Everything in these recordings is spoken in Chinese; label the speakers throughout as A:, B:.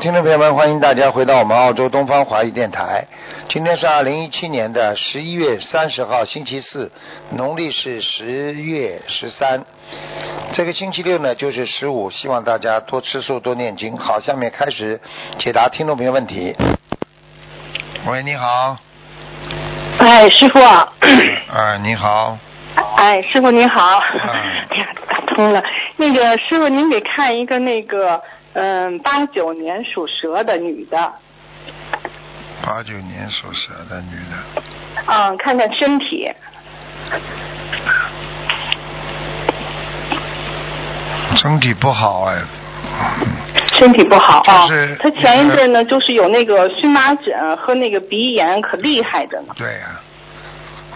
A: 听众朋友们，欢迎大家回到我们澳洲东方华语电台。今天是二零一七年的十一月三十号，星期四，农历是十月十三。这个星期六呢，就是十五，希望大家多吃素，多念经。好，下面开始解答听众朋友问题。喂，你好。
B: 哎，师 傅啊，
A: 啊，你好。
B: 哎，师傅您好。
A: 嗯
B: 哎呀，打通了。那个师傅，您给看一个那个，嗯，八九年属蛇的女的，
A: 八九年属蛇的女的，
B: 嗯，看看身体。
A: 身体不好哎。
B: 身体不好啊
A: 就是，
B: 她前一阵呢，就是有那个荨麻疹和那个鼻炎，可厉害着呢。
A: 对呀、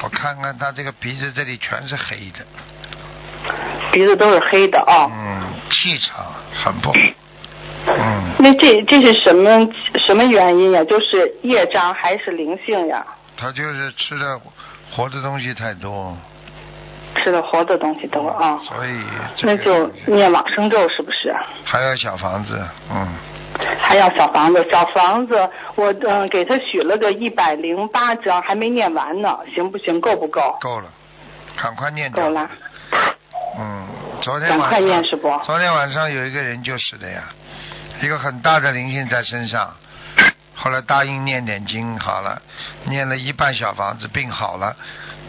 A: 我看看她这个鼻子这里全是黑的，
B: 鼻子都是黑的啊。
A: 嗯，气场很不好，嗯。
B: 那这这是什么什么原因呀？就是业障还是灵性呀？
A: 他就是吃的活的东西太多，
B: 吃的活的东西都啊。
A: 所以这
B: 那
A: 个
B: 就嗯念往生咒是不是？啊
A: 还要小房子，嗯，
B: 还要小房子，小房子，我嗯、呃给他许了个一百零八张，还没念完呢，行不行？够不够？
A: 够了，赶快念掉
B: 够了。
A: 嗯，昨天晚
B: 赶快
A: 上
B: 念是不
A: 昨天晚上有一个人就是的呀，一个很大的灵性在身上， 后来答应念点经好了，念了一半小房子，病好了，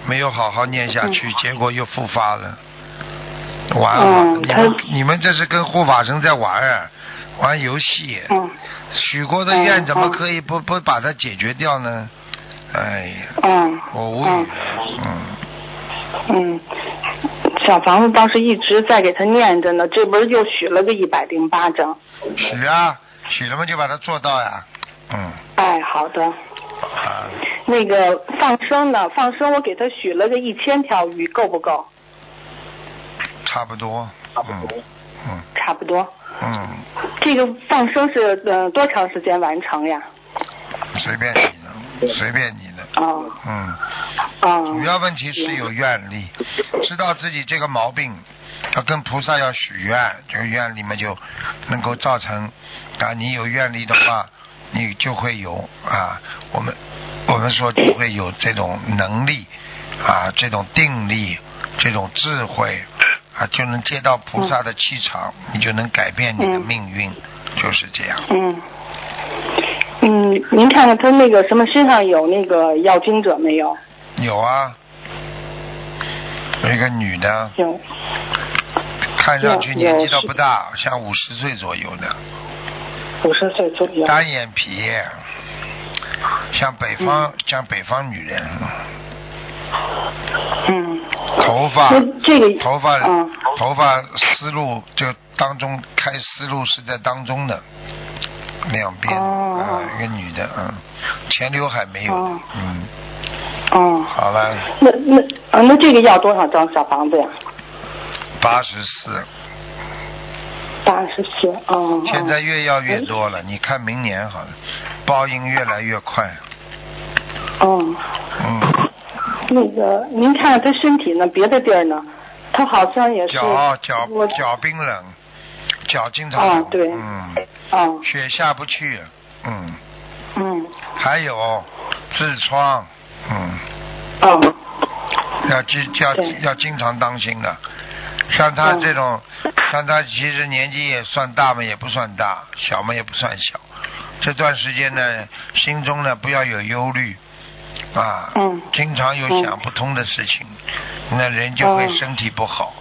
A: 没有好好念下去，结果又复发了。玩了，
B: 嗯
A: 你
B: 他
A: 们你们这是跟护法神在玩儿，玩游戏。
B: 嗯
A: 许过的愿
B: 嗯
A: 怎么
B: 嗯
A: 可以不不把它解决掉呢？哎呀，
B: 嗯
A: 我无语
B: 嗯
A: 了，嗯。
B: 嗯，小房子倒是一直在给他念着呢，这不是又许了个一百零八张？
A: 许啊，许了嘛就把它做到呀。嗯，
B: 哎，好的。
A: 啊，
B: 嗯那个放生呢？放生我给他许了个一千条鱼，够不够？
A: 差不多。嗯嗯
B: 差不多。
A: 嗯，
B: 这个放生是呃多长时间完成呀？
A: 嗯随便你的，随便你的。
B: 哦
A: 嗯，
B: 哦。
A: 主要问题是有愿力，知道自己这个毛病，要跟菩萨要许愿，这个愿力嘛就能够造成啊，你有愿力的话，你就会有啊，我们我们说就会有这种能力啊，这种定力，这种智慧啊，就能接到菩萨的气场，你就能改变你的
B: 嗯
A: 命运，就是这样。
B: 嗯，嗯，您看看他那个什么身上有那个要经者没有？
A: 有啊，有一个女的，
B: 有，
A: 看上去
B: 有
A: 年纪
B: 有
A: 倒
B: 是
A: 不大，像五十岁左右的，
B: 五十岁左右。
A: 单眼皮，像北方、像北方女人，
B: 嗯，
A: 头发
B: 那这个
A: 头发、
B: 嗯
A: 头发丝路就当中开丝路是在当中的，两边啊、
B: 哦哦
A: 一个女的，嗯，前刘海没有，
B: 哦
A: 嗯，
B: 哦，
A: 好了，
B: 那那啊，那这个要多少张小房子呀？
A: 八十四，
B: 哦八十四，哦，
A: 现在
B: 哦
A: 越要越多了，你看明年好了，报应越来越快，
B: 哦，
A: 嗯，
B: 那个您看看他身体呢，别的地儿呢，他好像也是
A: 脚脚
B: 我
A: 脚冰冷，脚经常
B: 哦
A: 冷，
B: 对
A: 嗯，
B: 哦，
A: 血下不去，嗯，
B: 嗯，
A: 还有痔疮，嗯，
B: 哦，
A: 要经要
B: 对
A: 要经常当心的。像他
B: 嗯
A: 这种，像他其实年纪也算大嘛，也不算大，小嘛也不算小。这段时间呢，心中呢不要有忧虑，啊，
B: 嗯
A: 经常有
B: 嗯
A: 想不通的事情，那人就会
B: 嗯
A: 身体不好。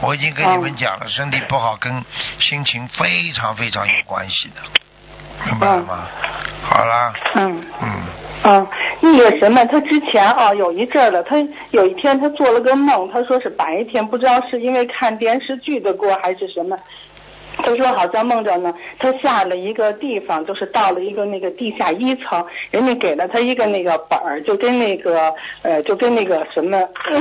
A: 我已经跟你们
B: 嗯
A: 讲了，身体不好跟心情非常非常有关系的，明白了吗？好啦，
B: 嗯。
A: 嗯。
B: 嗯，那个什么，他之前啊有一阵儿了，他有一天他做了个梦，他说是白天，不知道是因为看电视剧的过还是什么，他说好像梦着呢，他下了一个地方，就是到了一个那个地下一层，人家给了他一个那个本儿，就跟那个呃，就跟那个什么，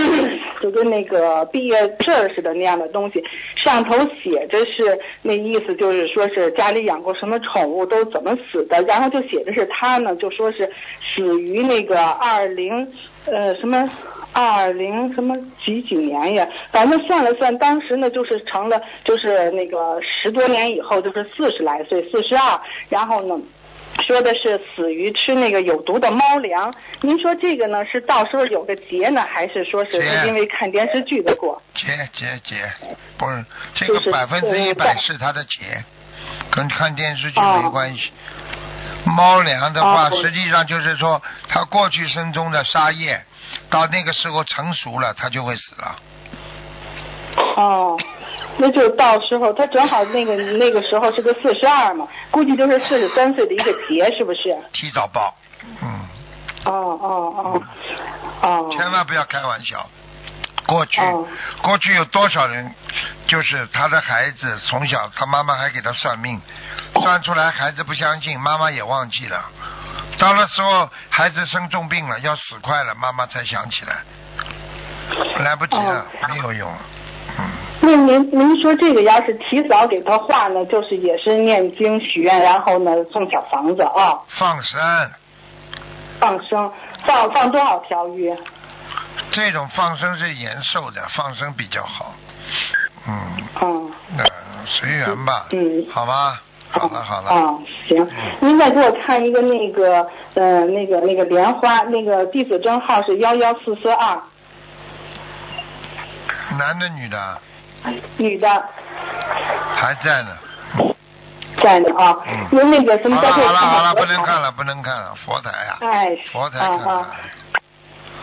B: 就跟那个毕业证儿似的那样的东西，上头写着是那意思就是说是家里养过什么宠物都怎么死的，然后就写着是他呢，就说是死于那个二零呃什么。二零什么几几年呀？反正算了算，当时呢就是成了，就是那个十多年以后，就是四十来岁，四十二，然后呢。说的是死于吃那个有毒的猫粮，您说这个呢是到时候有个劫呢，还是说是
A: 劫
B: 因为看电视剧的过？
A: 劫劫劫，不是这
B: 就
A: 个
B: 是
A: 百分之一
B: 呃
A: 百
B: 在
A: 是他的劫，跟看电视剧
B: 哦
A: 没关系。猫粮的话，
B: 哦我
A: 实际上就是说他过去生中的沙叶，到那个时候成熟了，它就会死了。
B: 哦，那就到时候他正好那个那个时候是个四十二嘛，估计就是四十三岁的一个劫，是不是？
A: 提早报，嗯，
B: 哦哦哦哦，
A: 千万不要开玩笑。过去，
B: 哦
A: 过去有多少人，就是他的孩子从小他妈妈还给他算命，算出来孩子不相信，妈妈也忘记了。到了时候孩子生重病了，要死快了，妈妈才想起来，来不及了，
B: 哦
A: 没有用了。嗯
B: 那您您说这个要是提早给他画呢，就是也是念经许愿，然后呢送小房子啊、
A: 放生，
B: 放生放放多少条鱼？
A: 这种放生是延寿的，放生比较好。嗯，
B: 嗯。
A: 那、随缘吧，
B: 嗯
A: 好吗？好了好了。
B: 啊，行，您再给我看一个那个呃那个那个莲花，那个弟子证号是幺幺四四二，嗯
A: 男的啊女的
B: 女的
A: 还在呢。
B: 在的啊。
A: 嗯
B: 您那个什么
A: 好
B: 叫
A: 了
B: 做
A: 好了好了，不能
B: 看
A: 看了不能看了，佛台啊，
B: 哎，
A: 佛台
B: 啊
A: 看看
B: 啊，。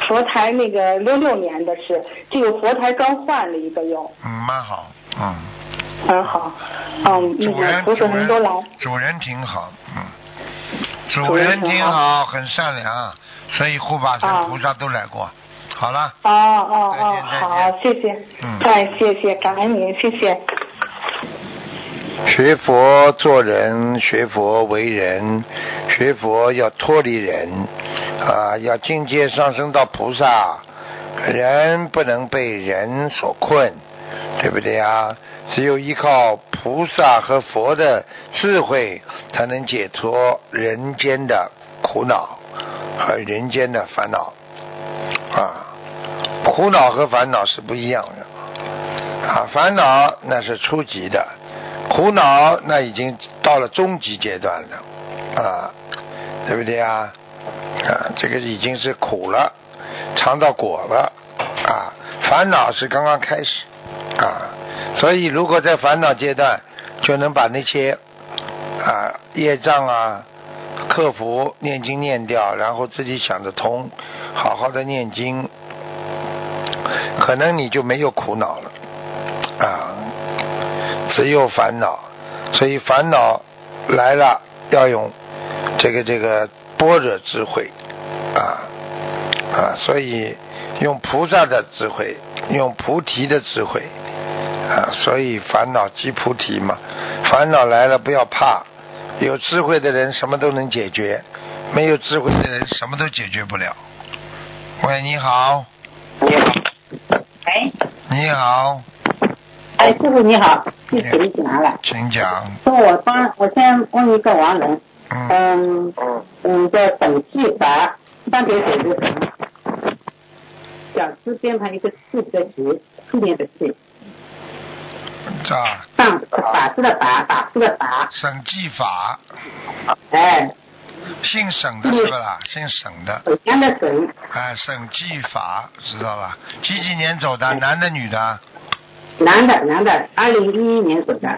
B: 佛台那个六六年的是，这个佛台刚换了一个又，
A: 嗯，蛮好，嗯。
B: 很好，嗯，那
A: 主
B: 个哦
A: 人
B: 菩萨
A: 主
B: 您都来
A: 人，主人挺好，嗯，主
B: 主人
A: 人挺
B: 挺
A: 好，很善良，所以护法
B: 啊
A: 神菩萨都来过。好了，
B: 哦哦
A: 再
B: 哦
A: 见，
B: 好，谢谢
A: 嗯，
B: 哎，谢谢，感恩您，谢谢。
A: 学佛做人，学佛为人，学佛要脱离人，啊，要境界上升到菩萨。人不能被人所困，对不对啊？只有依靠菩萨和佛的智慧，才能解脱人间的苦恼和人间的烦恼。啊，苦恼和烦恼是不一样的。啊，烦恼那是初级的，苦恼那已经到了中级阶段了，啊，对不对啊？啊，这个已经是苦了，尝到果了，啊，烦恼是刚刚开始，啊，所以如果在烦恼阶段就能把那些啊业障啊克服，念经念掉，然后自己想得通，好好的念经，可能你就没有苦恼了。啊，只啊有烦恼，所以烦恼来了要用这个这个般若智慧啊啊，所以用菩萨的智慧，用菩提的智慧啊，所以烦恼即菩提嘛，烦恼来了不要怕，有智慧的人什么都能解决，没有智慧的人什么都解决不了。喂，你好，
C: 喂，
A: 你好，
C: 哎，师傅你好，弟子李锦拿了。
A: 请讲，
C: 那我帮我先问一个亡人，
A: 嗯，
C: 嗯嗯，叫董继达，三点水的什么？小字边旁一个四个字，去年的去，
A: 这儿。
C: 上法师的法，法师的法，
A: 审计法，
C: 哎，
A: 姓沈的是不啦？姓沈的，
C: 水乡的水，
A: 哎，审计法知道吧？几几年走的？男的女的？
C: 男的男的，二零一一年走的，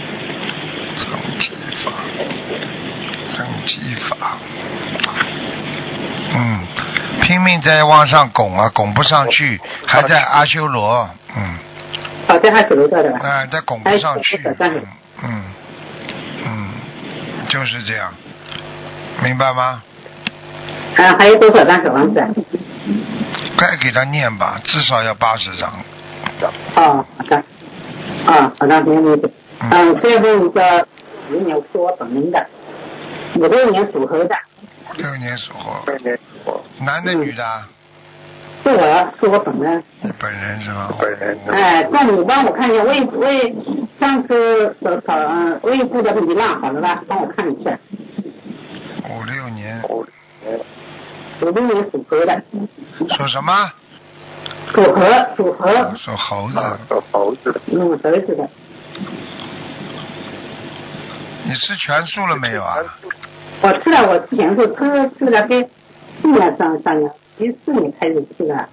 A: 审计法，审计法，嗯，拼命在往上拱啊，拱不上去，还在阿修罗，嗯，
C: 好像还走不掉的吧？
A: 哎，但拱不上去，嗯嗯嗯，就是这样，明白吗？
C: 啊，还有多少张小房子啊？
A: 该给他念吧，至少要八十张，
C: 哦，好的，啊，好的，没问题。嗯，最后一个五牛是我本人的，五六年属猴的，
A: 六年属猴，男的女的啊？
C: 是我是我本人。
A: 你本人是吧？
C: 哎，那你帮我看一下胃胃上次手考嗯胃部的糜烂好了吧？帮我看一下。
A: 五六年，
C: 五六年属猴的。
A: 属什么？
C: 属猴，属猴，
A: 啊属猴子。
D: 属猴子的，
C: 嗯，猴子的，
A: 你吃全素了没有啊？
C: 我吃了，我之前是吃吃了跟四年上上了，一四年开始吃的，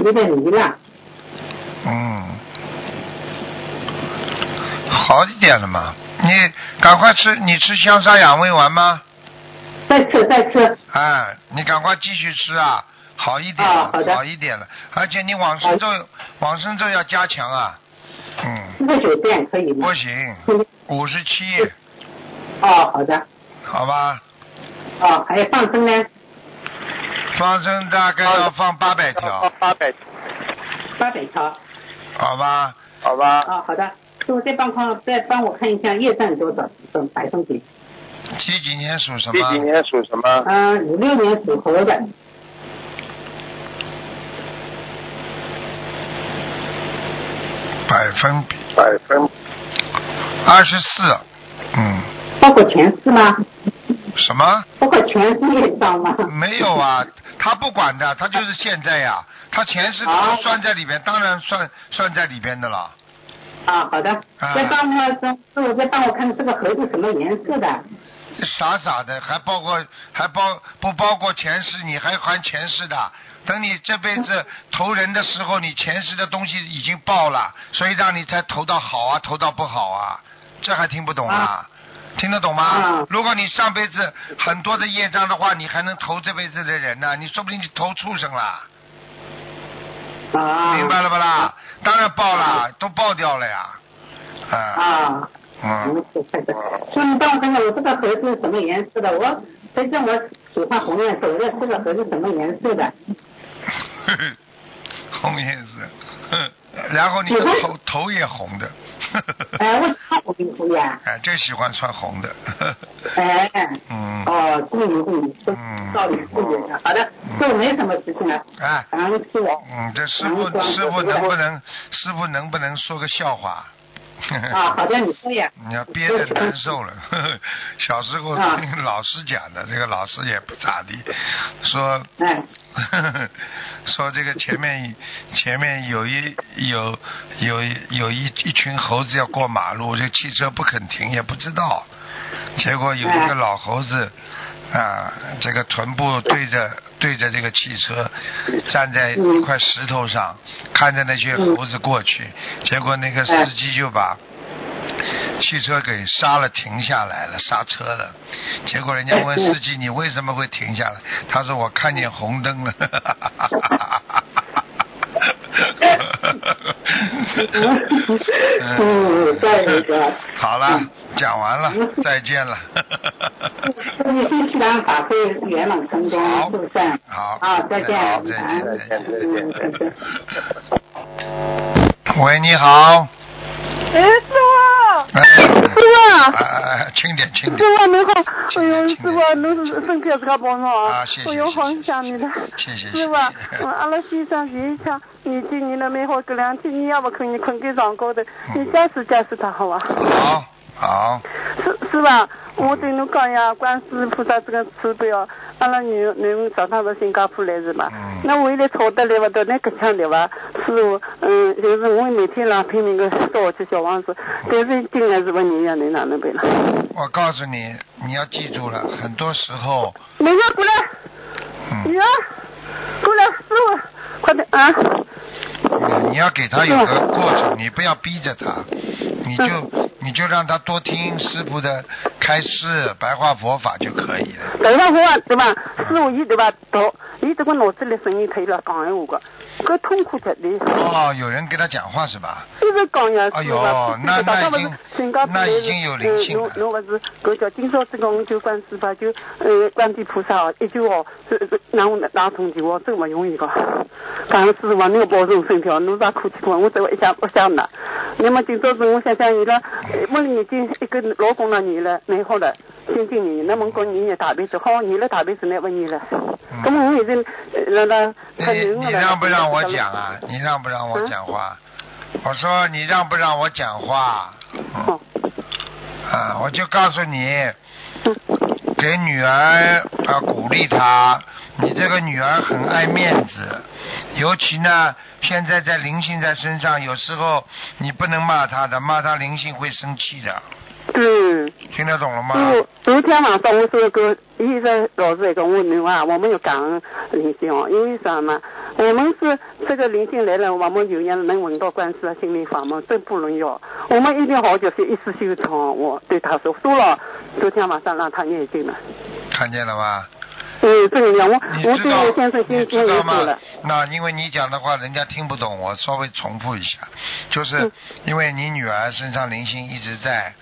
C: 有点迷了，
A: 嗯，好一点了嘛？你赶快吃，你吃香砂养胃丸吗？
C: 再吃再吃，
A: 哎，你赶快继续吃啊，好一点
C: 啊
A: 了，
C: 好的
A: 一点了。而且你往生咒，往生咒要加强啊。嗯，
C: 四个酒店可以吗
A: 不？行，
C: 嗯
A: 五十七，
C: 哦，好的，
A: 好吧？
C: 哦，还有放生呢，
A: 放生大概要放八百条，
D: 八百，
C: 八百条，
A: 好吧？
D: 好吧？
C: 哦，好的，师傅再帮看，再帮我看一下业障多少，等百分比，
A: 几几年属什
D: 这
A: 么
D: 几？年属什么？
C: 嗯，五六年属猴的，
A: 百分比
D: 百分
A: 二十四。嗯，
C: 包括前世吗？
A: 什么？
C: 包括前世业障吗？
A: 没有 啊，他不管的，他就是现在呀、他前世都
C: 啊
A: 算在里边，当然算算在里边的了。
C: 啊，好的。
A: 啊
C: 再帮我说，师傅再帮我看这个猴子什么颜色的？
A: 傻傻的，还包括还包不包括前世？你还还前世的？等你这辈子投人的时候，你前世的东西已经报了，所以让你才投到好啊，投到不好啊，这还听不懂啊
C: 啊？
A: 听得懂吗？
C: 啊
A: 如果你上辈子很多的业障的话，你还能投这辈子的人呢、你说不定你投畜生了，
C: 啊。
A: 明白了不啦？当然报了，都报掉了呀。啊，
C: 啊。
A: 嗯，
C: 嗯，是是是所以你帮我看看我这个猴子是什么颜色的？我反正我喜欢红颜色，我要这个猴子什么颜色的？
A: 呵呵 红颜色，哼然后你的头头也红的。呵呵
C: 哎，我喜欢红皮肤呀。
A: 哎，就喜欢穿红的。
C: 哎。
A: 嗯，
C: 哦，对对对，都
A: 嗯
C: 道理不远啊了。好的，这我没什么事情了。
A: 哎，
C: 感恩师傅。
A: 嗯，这师傅
C: 嗯
A: 师傅能不能师傅能不能说个笑话？嗯
C: 啊，好的，你说呀。
A: 你要憋得难受了。 呵呵小时候
C: 啊
A: 听老师讲的，这个老师也不咋地，说
C: 哎，
A: 说这个前面 前面有一有有有一一群猴子要过马路，这汽车不肯停，也不知道。结果有一个
C: 嗯
A: 老猴子啊，这个臀部对着对着这个汽车，站在一
C: 嗯
A: 块石头上，看着那些
C: 嗯
A: 猴子过去。结果那个司
C: 嗯
A: 机就把汽车给刹了，停下来了，刹车了。结果
C: 哎
A: 人家问司机：“你为什么会停下来？”他说：“我看见红灯了。”
C: 嗯对对对
A: 好了，讲完了，
C: 嗯
A: 再见 了。
C: 你新西兰法会圆满成
A: 好
C: 功，是不是？
A: 好，
C: 啊，再见，
A: 好再
C: 感恩
A: 见，再见，
C: 嗯，再见。
A: 喂，你好，
E: 哎，师傅，
A: 哎
E: 师傅，
A: 哎，轻点，轻
E: 师
A: 点，
E: 傅你好，
A: 请
E: 哎呦，
A: 请
E: 师傅，侬是真开自家帮侬
A: 啊谢谢
E: 哎呦，
A: 谢谢
E: 好想你了，
A: 谢谢，
E: 师傅，
A: 谢谢
E: 嗯阿拉先生前一天年纪年了蛮好，搿两天你也勿困，你困在床高头，你解释解释他好伐？
A: 嗯好，好，
E: 是是吧？我对侬讲呀，观世音菩萨这个慈悲哦，阿拉女囡恩早上到新加坡来是吧
A: 嗯？
E: 那回来吵得来勿到，那搿腔对伐？师傅，嗯，就是我每天浪拼命个烧去小房子，但是今年是勿认呀，侬哪能办啦？
A: 我告诉你，你要记住了，很多时候，
E: 美月过来，女
A: 嗯，
E: 儿过来，师傅，快点啊！
A: 呃你要给他有个过程，你不要逼着他，你就你就让他多听师傅的开示白话佛法就可以了。
E: 等一下我对伐？师傅伊对伐？读，伊这个脑子里声音推了讲闲话个，搿痛苦极了。
A: 哦，有人跟他讲话是吧？
E: 一直讲呀，
A: 哎
E: 是
A: 呦
E: 吧？
A: 那那已经
E: 新加坡嗯
A: 那已经有灵性了
E: 侬侬勿是搿叫今朝这个我就观世吧，就呃观地菩萨哦，一句哦，这这拿我打通电话真勿容易个。讲师傅，侬要保重身体哦，侬啥苦气过，我只会一下我想拿。那么今朝子我想想伊拉，呃我已经一个老公了，你了，蛮好了，新进人，那么讲你也大辈子，好，你了大辈子那勿你了。那么我现在呃让
A: 嗯你
E: 他他人
A: 你
E: 了
A: 让不让我讲啊？？你让不让我讲话？我说你让不让我讲话？
E: 哦，
A: 啊，我就告诉你，
E: 嗯
A: 给女儿啊鼓励她，你这个女儿很爱面子，尤其呢，现在在灵性在身上，有时候你不能骂她的，骂她灵性会生气的，
E: 对。
A: 听得懂了吗？
E: 昨哦昨天晚上我是个医生老师跟我女儿，我们有感恩灵性哦，因为什么？我们是这个灵性来了，我们有人能闻到观世的心灵法门，真不容易哦。我们一定好就是一次修成。我哦对他说说了，昨天晚上让他念经了。
A: 看见了吧？
E: 嗯，这个样，我
A: 你
E: 我
A: 知
E: 对
A: 道
E: 我先生
A: 你
E: 心
A: 知
E: 经
A: 道
E: 也
A: 吗
E: 说了。？
A: 那因为你讲的话，人家听不懂，我稍微重复一下，就是
E: 嗯
A: 因为你女儿身上灵性一直在，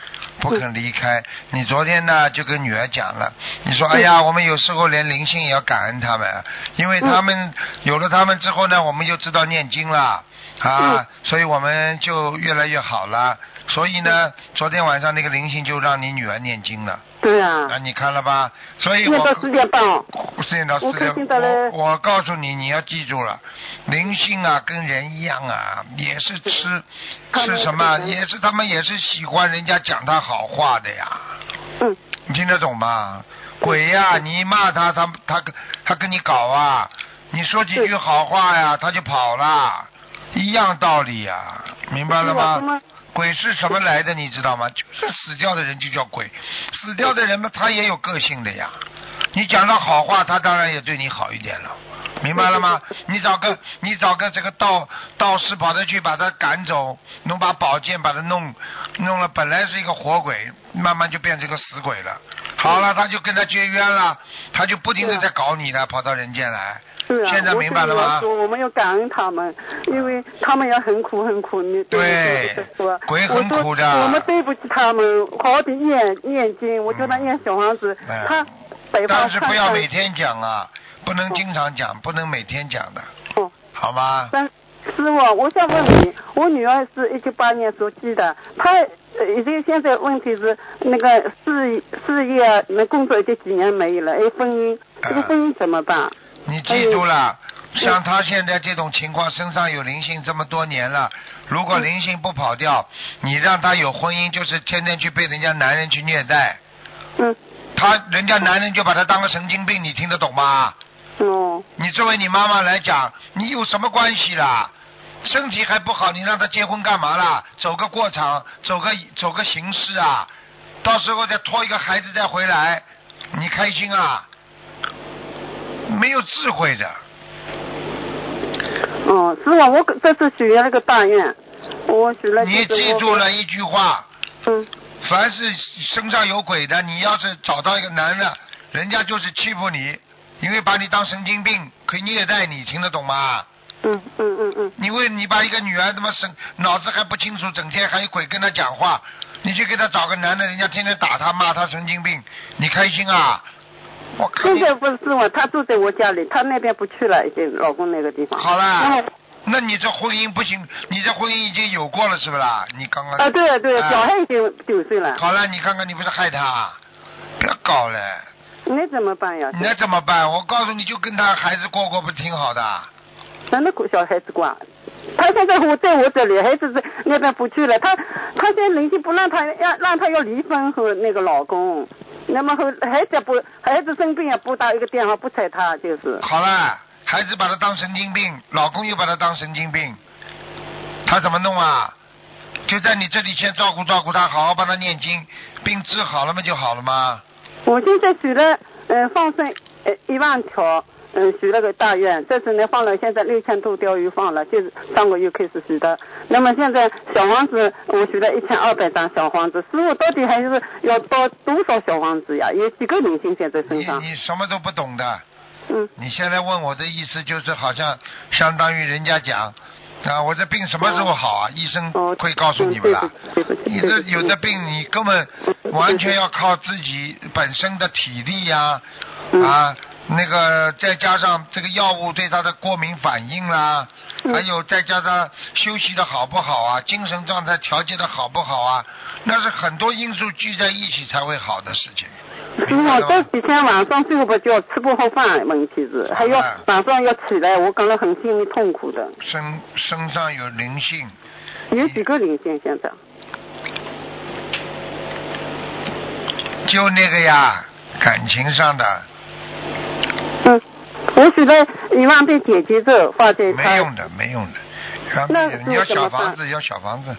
A: 不
E: 嗯
A: 肯离开。你昨天呢就跟女儿讲了，你
E: 嗯
A: 说哎呀，我们有时候连灵性也要感恩他们，因为
E: 嗯
A: 他们有了他们之后呢，我们就知道念经了。啊
E: 嗯，
A: 所以我们就越来越好了。所以
E: 嗯
A: 呢，昨天晚上那个灵性就让你女儿念经了。
E: 对啊
A: 啊，，你看了吧？所以
E: 念
A: 我
E: 到十点半哦。
A: 四点到四
E: 我
A: 点
E: 更，新到了
A: 我我告诉你，你要记住了，灵性啊，跟人一样啊，也是吃
E: 他
A: 吃
E: 们
A: 什么，
E: 可能
A: 也是他们也是喜欢人家讲他好话的呀，
E: 嗯，
A: 你听得懂吗？鬼呀、你一骂他，他他他跟你搞啊，你说几句
E: 对
A: 好话呀，他就跑了，一样道理呀、明白了
E: 我
A: 吗？
E: 他妈
A: 鬼啊是什么来的，你知道吗？就是死掉的人就叫鬼，死掉的人嘛，他也有个性的呀。你讲的好话，他当然也对你好一点了，明白了吗？你找个你找个这个道道士跑着去把他赶走，弄把宝剑把他弄弄了，本来是一个活鬼，慢慢就变成一个死鬼了。好了，他就跟他结冤了，他就不停的在搞你了，跑到人间来。
E: 是啊，
A: 现在明白了吗
E: 我对我说我们要感恩他们，因为他们也很苦很苦。你
A: 对
E: 对我说
A: 鬼很苦的
E: 我说我们对不起他们，好好的念念经，我叫他念小房子，
A: 嗯
E: 他北方
A: 但是不要每
E: 每
A: 天讲啊，不能经常讲，不能每天讲的，
E: 哦，
A: 好吗？
E: 但师傅，我想问你，我女儿是一九八年属鸡的，她呃已经现在问题是那个事事业那工作已经几年没有了，哎，婚姻这
A: 嗯
E: 个婚姻怎么办？
A: 你记住了，像他现在这种情况，身上有灵性这么多年了，如果灵性不跑掉，你让他有婚姻，就是天天去被人家男人去虐待，
E: 嗯，
A: 他人家男人就把他当个神经病，你听得懂吗？
E: 哦，
A: 你作为你妈妈来讲，你有什么关系啦？身体还不好，你让他结婚干嘛啦？走个过场，走个走个形式啊，到时候再拖一个孩子再回来，你开心啊？没有智慧的。
E: 哦，师傅，我这次许了个大愿，我许了。
A: 你记住了。一句话：
E: 嗯，
A: 凡是身上有鬼的，你要是找到一个男的，人家就是欺负你，因为把你当神经病，可以虐待你，听得懂吗？
E: 嗯嗯嗯嗯，
A: 你为你把一个女儿他妈神脑子还不清楚，整天还有鬼跟她讲话，你去给她找个男的，人家天天打她骂她神经病，你开心啊？我看
E: 现
A: 你
E: 在不是师傅，他住在我家里，他那边不去了，已经老公那个地方。
A: 好
E: 然
A: 啦
E: 后，
A: 那你这婚姻不行，你这婚姻已经有过了是不啦？你刚刚
E: 啊，对了对了，
A: 啊
E: 小孩已经九岁了，
A: 好了，你看看你不是害她，啊不要搞了。
E: 那怎么办呀？
A: 那怎么办？我告诉你就跟他孩子过过，不是挺好的？
E: 真的苦小孩子管。他现在我在我这里，孩子在那边不去了。他他现在邻居不让他让让他要离婚和那个老公，那么后孩子也不孩子生病也不打一个电话不睬他，就是
A: 好了，孩子把他当神经病，老公又把他当神经病，他怎么弄啊？就在你这里先照顾照顾他，好好帮他念经，病治好了嘛就好了吗？
E: 我现在许了呃放生呃一万条，嗯、许了个大愿，这次呢放了现在六千多条鱼放了，就是上个月开始许的。那么现在小房子我许了一千二百张小房子，师傅到底还是要到多少小房子呀？有几个明星现在身
A: 你
E: 上？
A: 你什么都不懂的，
E: 嗯。
A: 你现在问我的意思就是好像相当于人家讲啊，我这病什么时候好啊？医生
E: 哦，
A: 会告诉你们
E: 们
A: 啦。
E: 了。对不起
A: 你
E: 对
A: 这
E: 不起
A: 有的病，你根本完全要靠自己本身的体力呀、啊，
E: 嗯
A: 那个再加上这个药物对他的过敏反应啦、
E: 嗯
A: 还有再加上休息的好不好啊，精神状态调节的好不好啊，那是很多因素聚在一起才会好的事情。
E: 师
A: 明白了
E: 傅，
A: 吗
E: 这几天晚上睡不着，吃不好饭，问题是还要
A: 好了
E: 晚上要起来，我感到很心里痛苦的。
A: 身身上有灵性，
E: 有几个零件现在？
A: 就那个呀，感情上的，
E: 嗯，我许的一万被姐姐这放在
A: 没
E: 他
A: 用的，没用的。然后
E: 那
A: 你要
E: 是怎
A: 小
E: 么
A: 房
E: 办
A: 子，要小房子。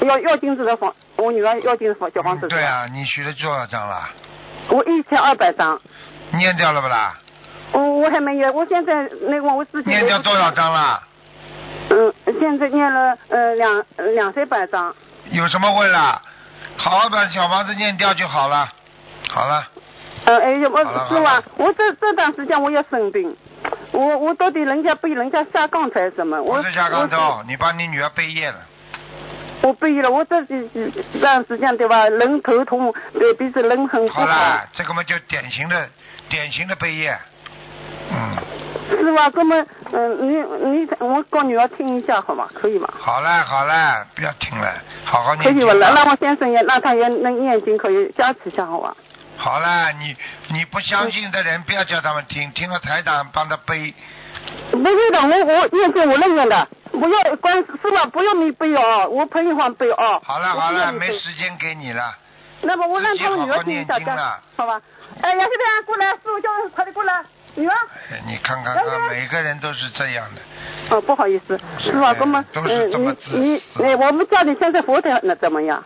E: 要要金子的房，我女儿要金子房小房子
A: 嗯。对，啊，你许了多少张了？
E: 我一千二百张，
A: 念掉了不啦？
E: 我我还没有，我现在那个我自己
A: 念掉多少？张啦？
E: 嗯，现在念了呃两两三百张，
A: 有什么问啦？好好把小房子念掉就好了。好了，
E: 呃哎呀我
A: 好了
E: 是
A: 好
E: 吧
A: 了？
E: 我这这段时间我也生病，我我到底人家被人家下岗才是什么？我
A: 不是下岗哦
E: 我
A: 头，你把你女儿背业了。
E: 我背了，我这几几段时间对吧？人头痛，对鼻子人很不
A: 好啦，这个嘛就典型的典型的背业。嗯，
E: 是吧？哥们，嗯、你你我告女儿听一下好吗？可以吗？
A: 好啦好啦，不要听了，好好
E: 可
A: 念
E: 以
A: 经
E: 吧？
A: 吧。
E: 让让我先生也，让他也能念经，可以加持一下好吧？
A: 好啦，你你不相信的人不要叫他们听，听了台长帮他背。
E: 不是的，我我念经我认认的，不要关是吧？不要你背哦，我朋友帮背哦。
A: 好了
E: 我不
A: 好
E: 要
A: 了，
E: 你
A: 没
E: 背。
A: 时间给你了。
E: 那么我让他们女
A: 自己好
E: 儿
A: 好
E: 听一
A: 念
E: 下，
A: 经
E: 加
A: 了
E: 好吧？哎，杨先生过来，师傅叫人快点过来，女儿。
A: 哎你看看看，
E: 哎
A: 每个人都是这样的。
E: 哦，不好意思，是吧？哥们，
A: 哎都
E: 嗯、
A: 是这么自私
E: 你你哎，我们家里现在佛台那怎么样？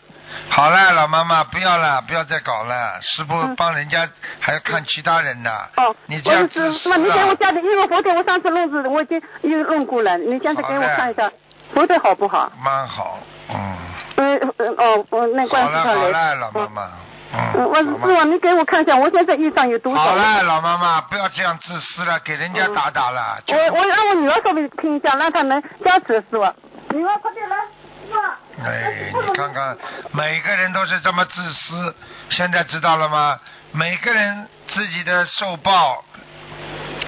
A: 好了，老妈妈，不要了，不要再搞了。师傅
E: 嗯
A: 帮人家，还要看其他人呢。
E: 哦，
A: 你这样
E: 我
A: 自
E: 是
A: 私啊
E: 是吧？你给我
A: 了。
E: 家里因为佛台，我上次弄是我已经又弄过了，你现在给我看一下佛台好不好？
A: 蛮好，嗯。
E: 嗯嗯哦，我那关
A: 好
E: 系
A: 了
E: 上
A: 好了，
E: 来。
A: 老妈妈，
E: 嗯，
A: 嗯。
E: 我是
A: 好吧
E: 师傅，你给我看一下，我现在衣裳有多少？
A: 好了，老妈妈，不要这样自私了，给人家打打了。就
E: 嗯我我让我女儿稍微听一下，让她能加持师傅。女儿快点来，师傅。
A: 哎，你看看，每个人都是这么自私，现在知道了吗？每个人自己的受报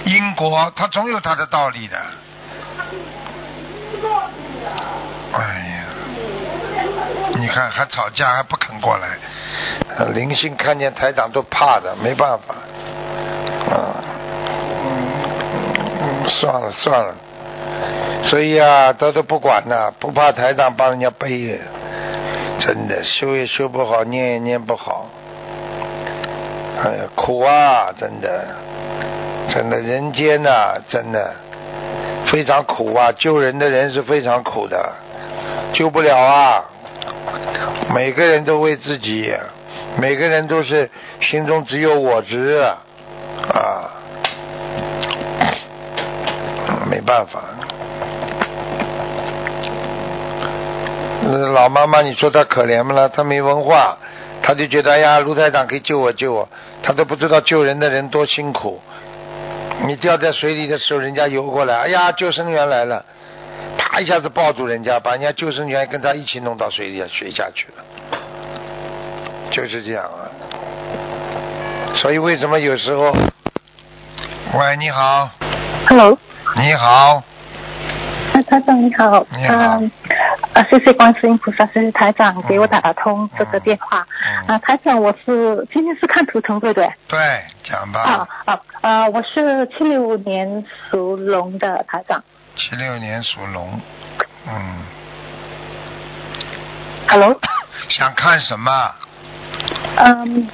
A: 因果，他总有他的道理的。哎呀，你看还吵架还不肯过来，呃灵性看见台长都怕的，没办法。啊，嗯嗯算了算了。所以啊，他都不管呐、不怕台长帮人家背，真的修也修不好，念也念不好，哎呀，苦啊，真的，真的人间呐、真的非常苦啊，救人的人是非常苦的，救不了啊，每个人都为自己，每个人都是心中只有我执啊，没办法。呃老妈妈，你说她可怜不啦？她没文化，她就觉得哎呀，卢台长可以救我救我，她都不知道救人的人多辛苦。你掉在水里的时候，人家游过来，哎呀，救生员来了，啪一下子抱住人家，把人家救生员跟他一起弄到水里水下去了，就是这样啊。所以为什么有时候？喂，你好，
F: Hello，
A: 你好，
F: 台啊台长你好，
A: 你好
F: 啊啊，谢谢观世音菩萨，谢谢台长给我打打通
A: 嗯
F: 这个电话。
A: 嗯
F: 啊，台长，我是今天是看图腾对不对？
A: 对，讲吧
F: 啊。啊啊，我是七六年属龙的台长。
A: 七六年属龙，嗯，
F: Hello，
A: 想看什么？
F: 嗯，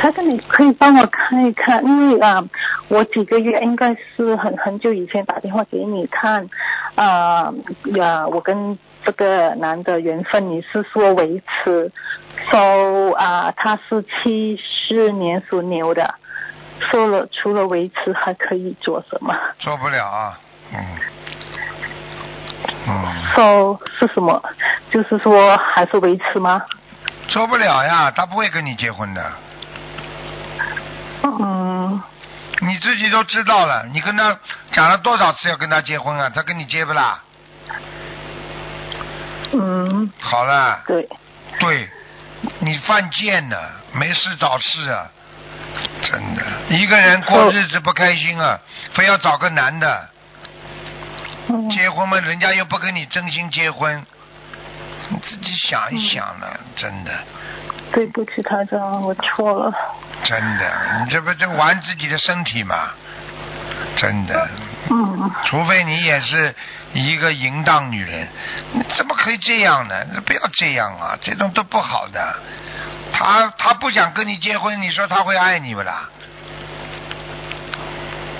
F: 台长你可以帮我看一看，因为啊，我几个月应该是很很久以前打电话给你看，啊呀，我跟这个男的缘分你是说维持，so 啊、他是七四年属牛的，说了除了维持还可以做什么
A: 做不了啊，嗯，嗯，
F: ？so 是什么？就是说还是维持吗？
A: 做不了呀，他不会跟你结婚的，
F: 嗯，
A: 你自己都知道了，你跟他讲了多少次要跟他结婚啊？他跟你结不啦？
F: 嗯，
A: 好了，
F: 对，
A: 对，你犯贱呢，没事找事啊，真的，一个人过日子不开心啊，非要找个男的，
F: 嗯
A: 结婚嘛，人家又不跟你真心结婚，你自己想一想呢，真的，
F: 对不起，台长，我错了。
A: 真的，你这不这玩自己的身体嘛？真的，
F: 嗯
A: 除非你也是一个淫荡女人，你怎么可以这样呢？不要这样啊，这种都不好的。他他不想跟你结婚，你说他会爱你不啦？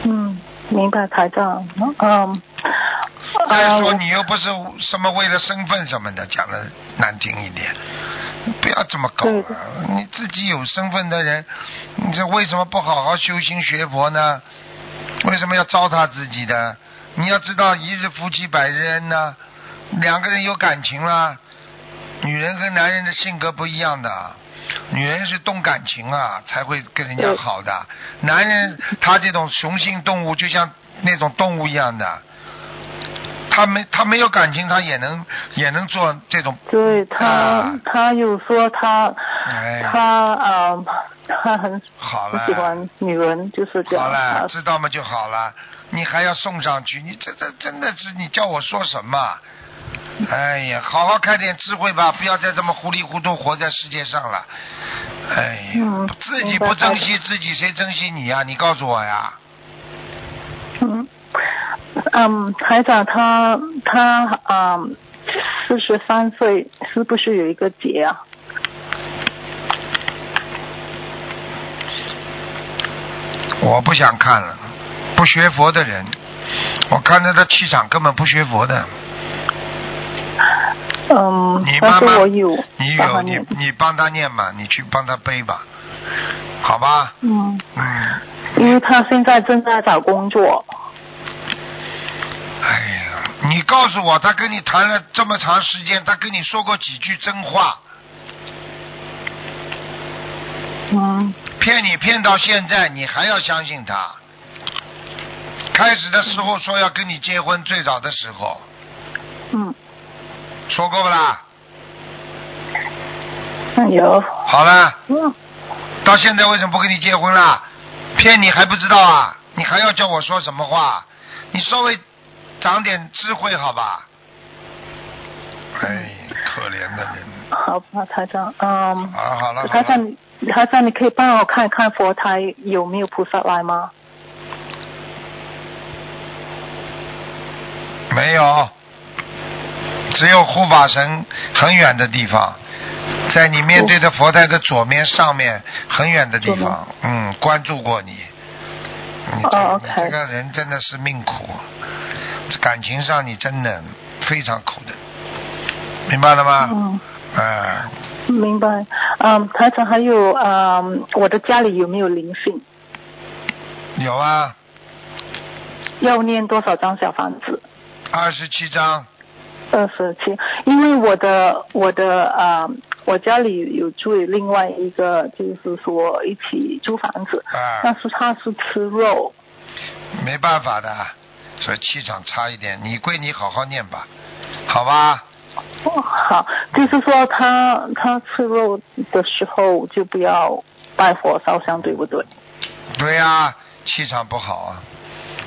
F: 嗯，明白台长。嗯，
A: 再说
F: 呃
A: 你又不是什么为了身份什么的，讲的难听一点，不要这么搞
F: 对
A: 了、
F: 对
A: 你自己有身份的人，你这为什么不好好修心学佛呢？为什么要糟蹋自己的？你要知道一日夫妻百日恩呢、两个人有感情啦。女人和男人的性格不一样的，女人是动感情啊，才会跟人家好的。
F: 嗯
A: 男人他这种雄性动物，就像那种动物一样的，他没他没有感情，他也能也能做这种。
F: 对他、
A: 啊
F: 他有说他、
A: 哎呀
F: 他啊、呃他很
A: 好
F: 不
A: 了
F: 喜，欢女人，就是这样。
A: 好了，
F: 啊
A: 知道吗就好了。你还要送上去，你这这真的是你叫我说什么？哎呀，好好开点智慧吧，不要再这么糊里糊涂活在世界上了。哎呀，
F: 嗯
A: 自己
F: 明白
A: 不珍
F: 台
A: 惜自己，谁珍惜你呀、你告诉我呀。
F: 嗯，嗯，台长他他啊，四十三岁是不是有一个结啊？
A: 我不想看了，不学佛的人，我看他的气场根本不学佛的。
F: 嗯
A: 你，
F: 但
A: 妈
F: 是
A: 妈，
F: 我有，
A: 你
F: 帮他
A: 有你
F: 念
A: 你帮他念吧，你去帮他背吧，好吧？
F: 嗯，
A: 嗯，
F: 因为他现在正在找工作，
A: 哎呀，你告诉我，他跟你谈了这么长时间，他跟你说过几句真话，
F: 嗯
A: 骗你骗到现在，你还要相信他？开始的时候说要跟你结婚，最早的时候
F: 嗯，
A: 说过不啦？
F: 那有，
A: 好了。
F: 嗯
A: 到现在为什么不跟你结婚啦？骗你还不知道啊？你还要叫我说什么话？你稍微长点智慧好吧？哎，可怜的人。
F: 好吧，台长，嗯，
A: 好了好了好
F: 台
A: 了，
F: 长，台长，你可以帮我看看佛台有没有菩萨来吗？
A: 没有，只有护法神很远的地方，在你面对的佛台的左面上面很远的地
F: 左
A: 方，嗯，关注过你。你这
F: 哦
A: 你
F: OK
A: 这个人真的是命苦，感情上你真的非常苦的，明白了吗？
F: 嗯，
A: 啊，
F: 明白。嗯，台长，还有，嗯，我的家里有没有灵性？
A: 有啊，
F: 要念多少张小房子？
A: 二十七章，
F: 二十七，因为我的我的呃，我家里有住另外一个，就是说一起租房子，
A: 啊
F: 但是他是吃肉，
A: 没办法的，所以气场差一点。你归你好好念吧，好吧？
F: 哦好，就是说他他吃肉的时候就不要拜佛烧香，对不对？
A: 对呀、气场不好啊。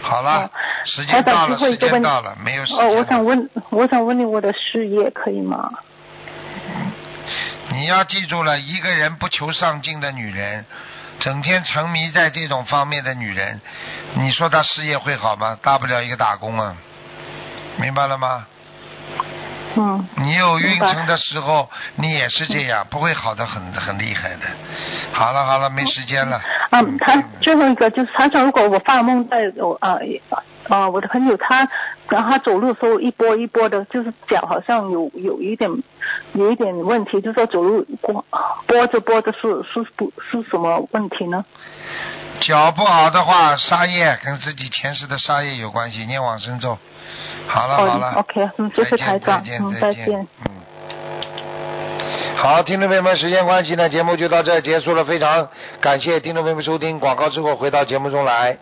A: 好了，
F: 哦
A: 时
F: 台
A: 间到
F: 长，最
A: 了，时
F: 后一个
A: 间
F: 问题
A: 到了，没有时间
F: 哦，
A: 了。
F: 我想问，我想问你我的事业可以吗？
A: 你要记住了，一个人不求上进的女人，整天沉迷在这种方面的女人，你说她事业会好吗？大不了一个打工啊，明白了吗？
F: 嗯
A: 你有运
F: 明白
A: 程的时候，你也是这样，不会好的很很厉害的。好了好了，没时间了。
F: 啊，他最后一个就是他说，如果我发梦在我啊啊我的朋友他，然后他走路的时候一波一波的，就是脚好像有有一点有一点问题，就是说走路拨拨着拨着是是不是什么问题呢？
A: 脚不好的话，沙业跟自己前世的沙业有关系，念往生咒。好了好了
F: 哦，OK，嗯，谢谢台长，
A: 再见
F: 嗯，
A: 再
F: 再
A: 见
F: 见。
A: 嗯好，听众朋友们，时间关系呢，节目就到这儿结束了。非常感谢听众朋友们收听，广告之后回到节目中来。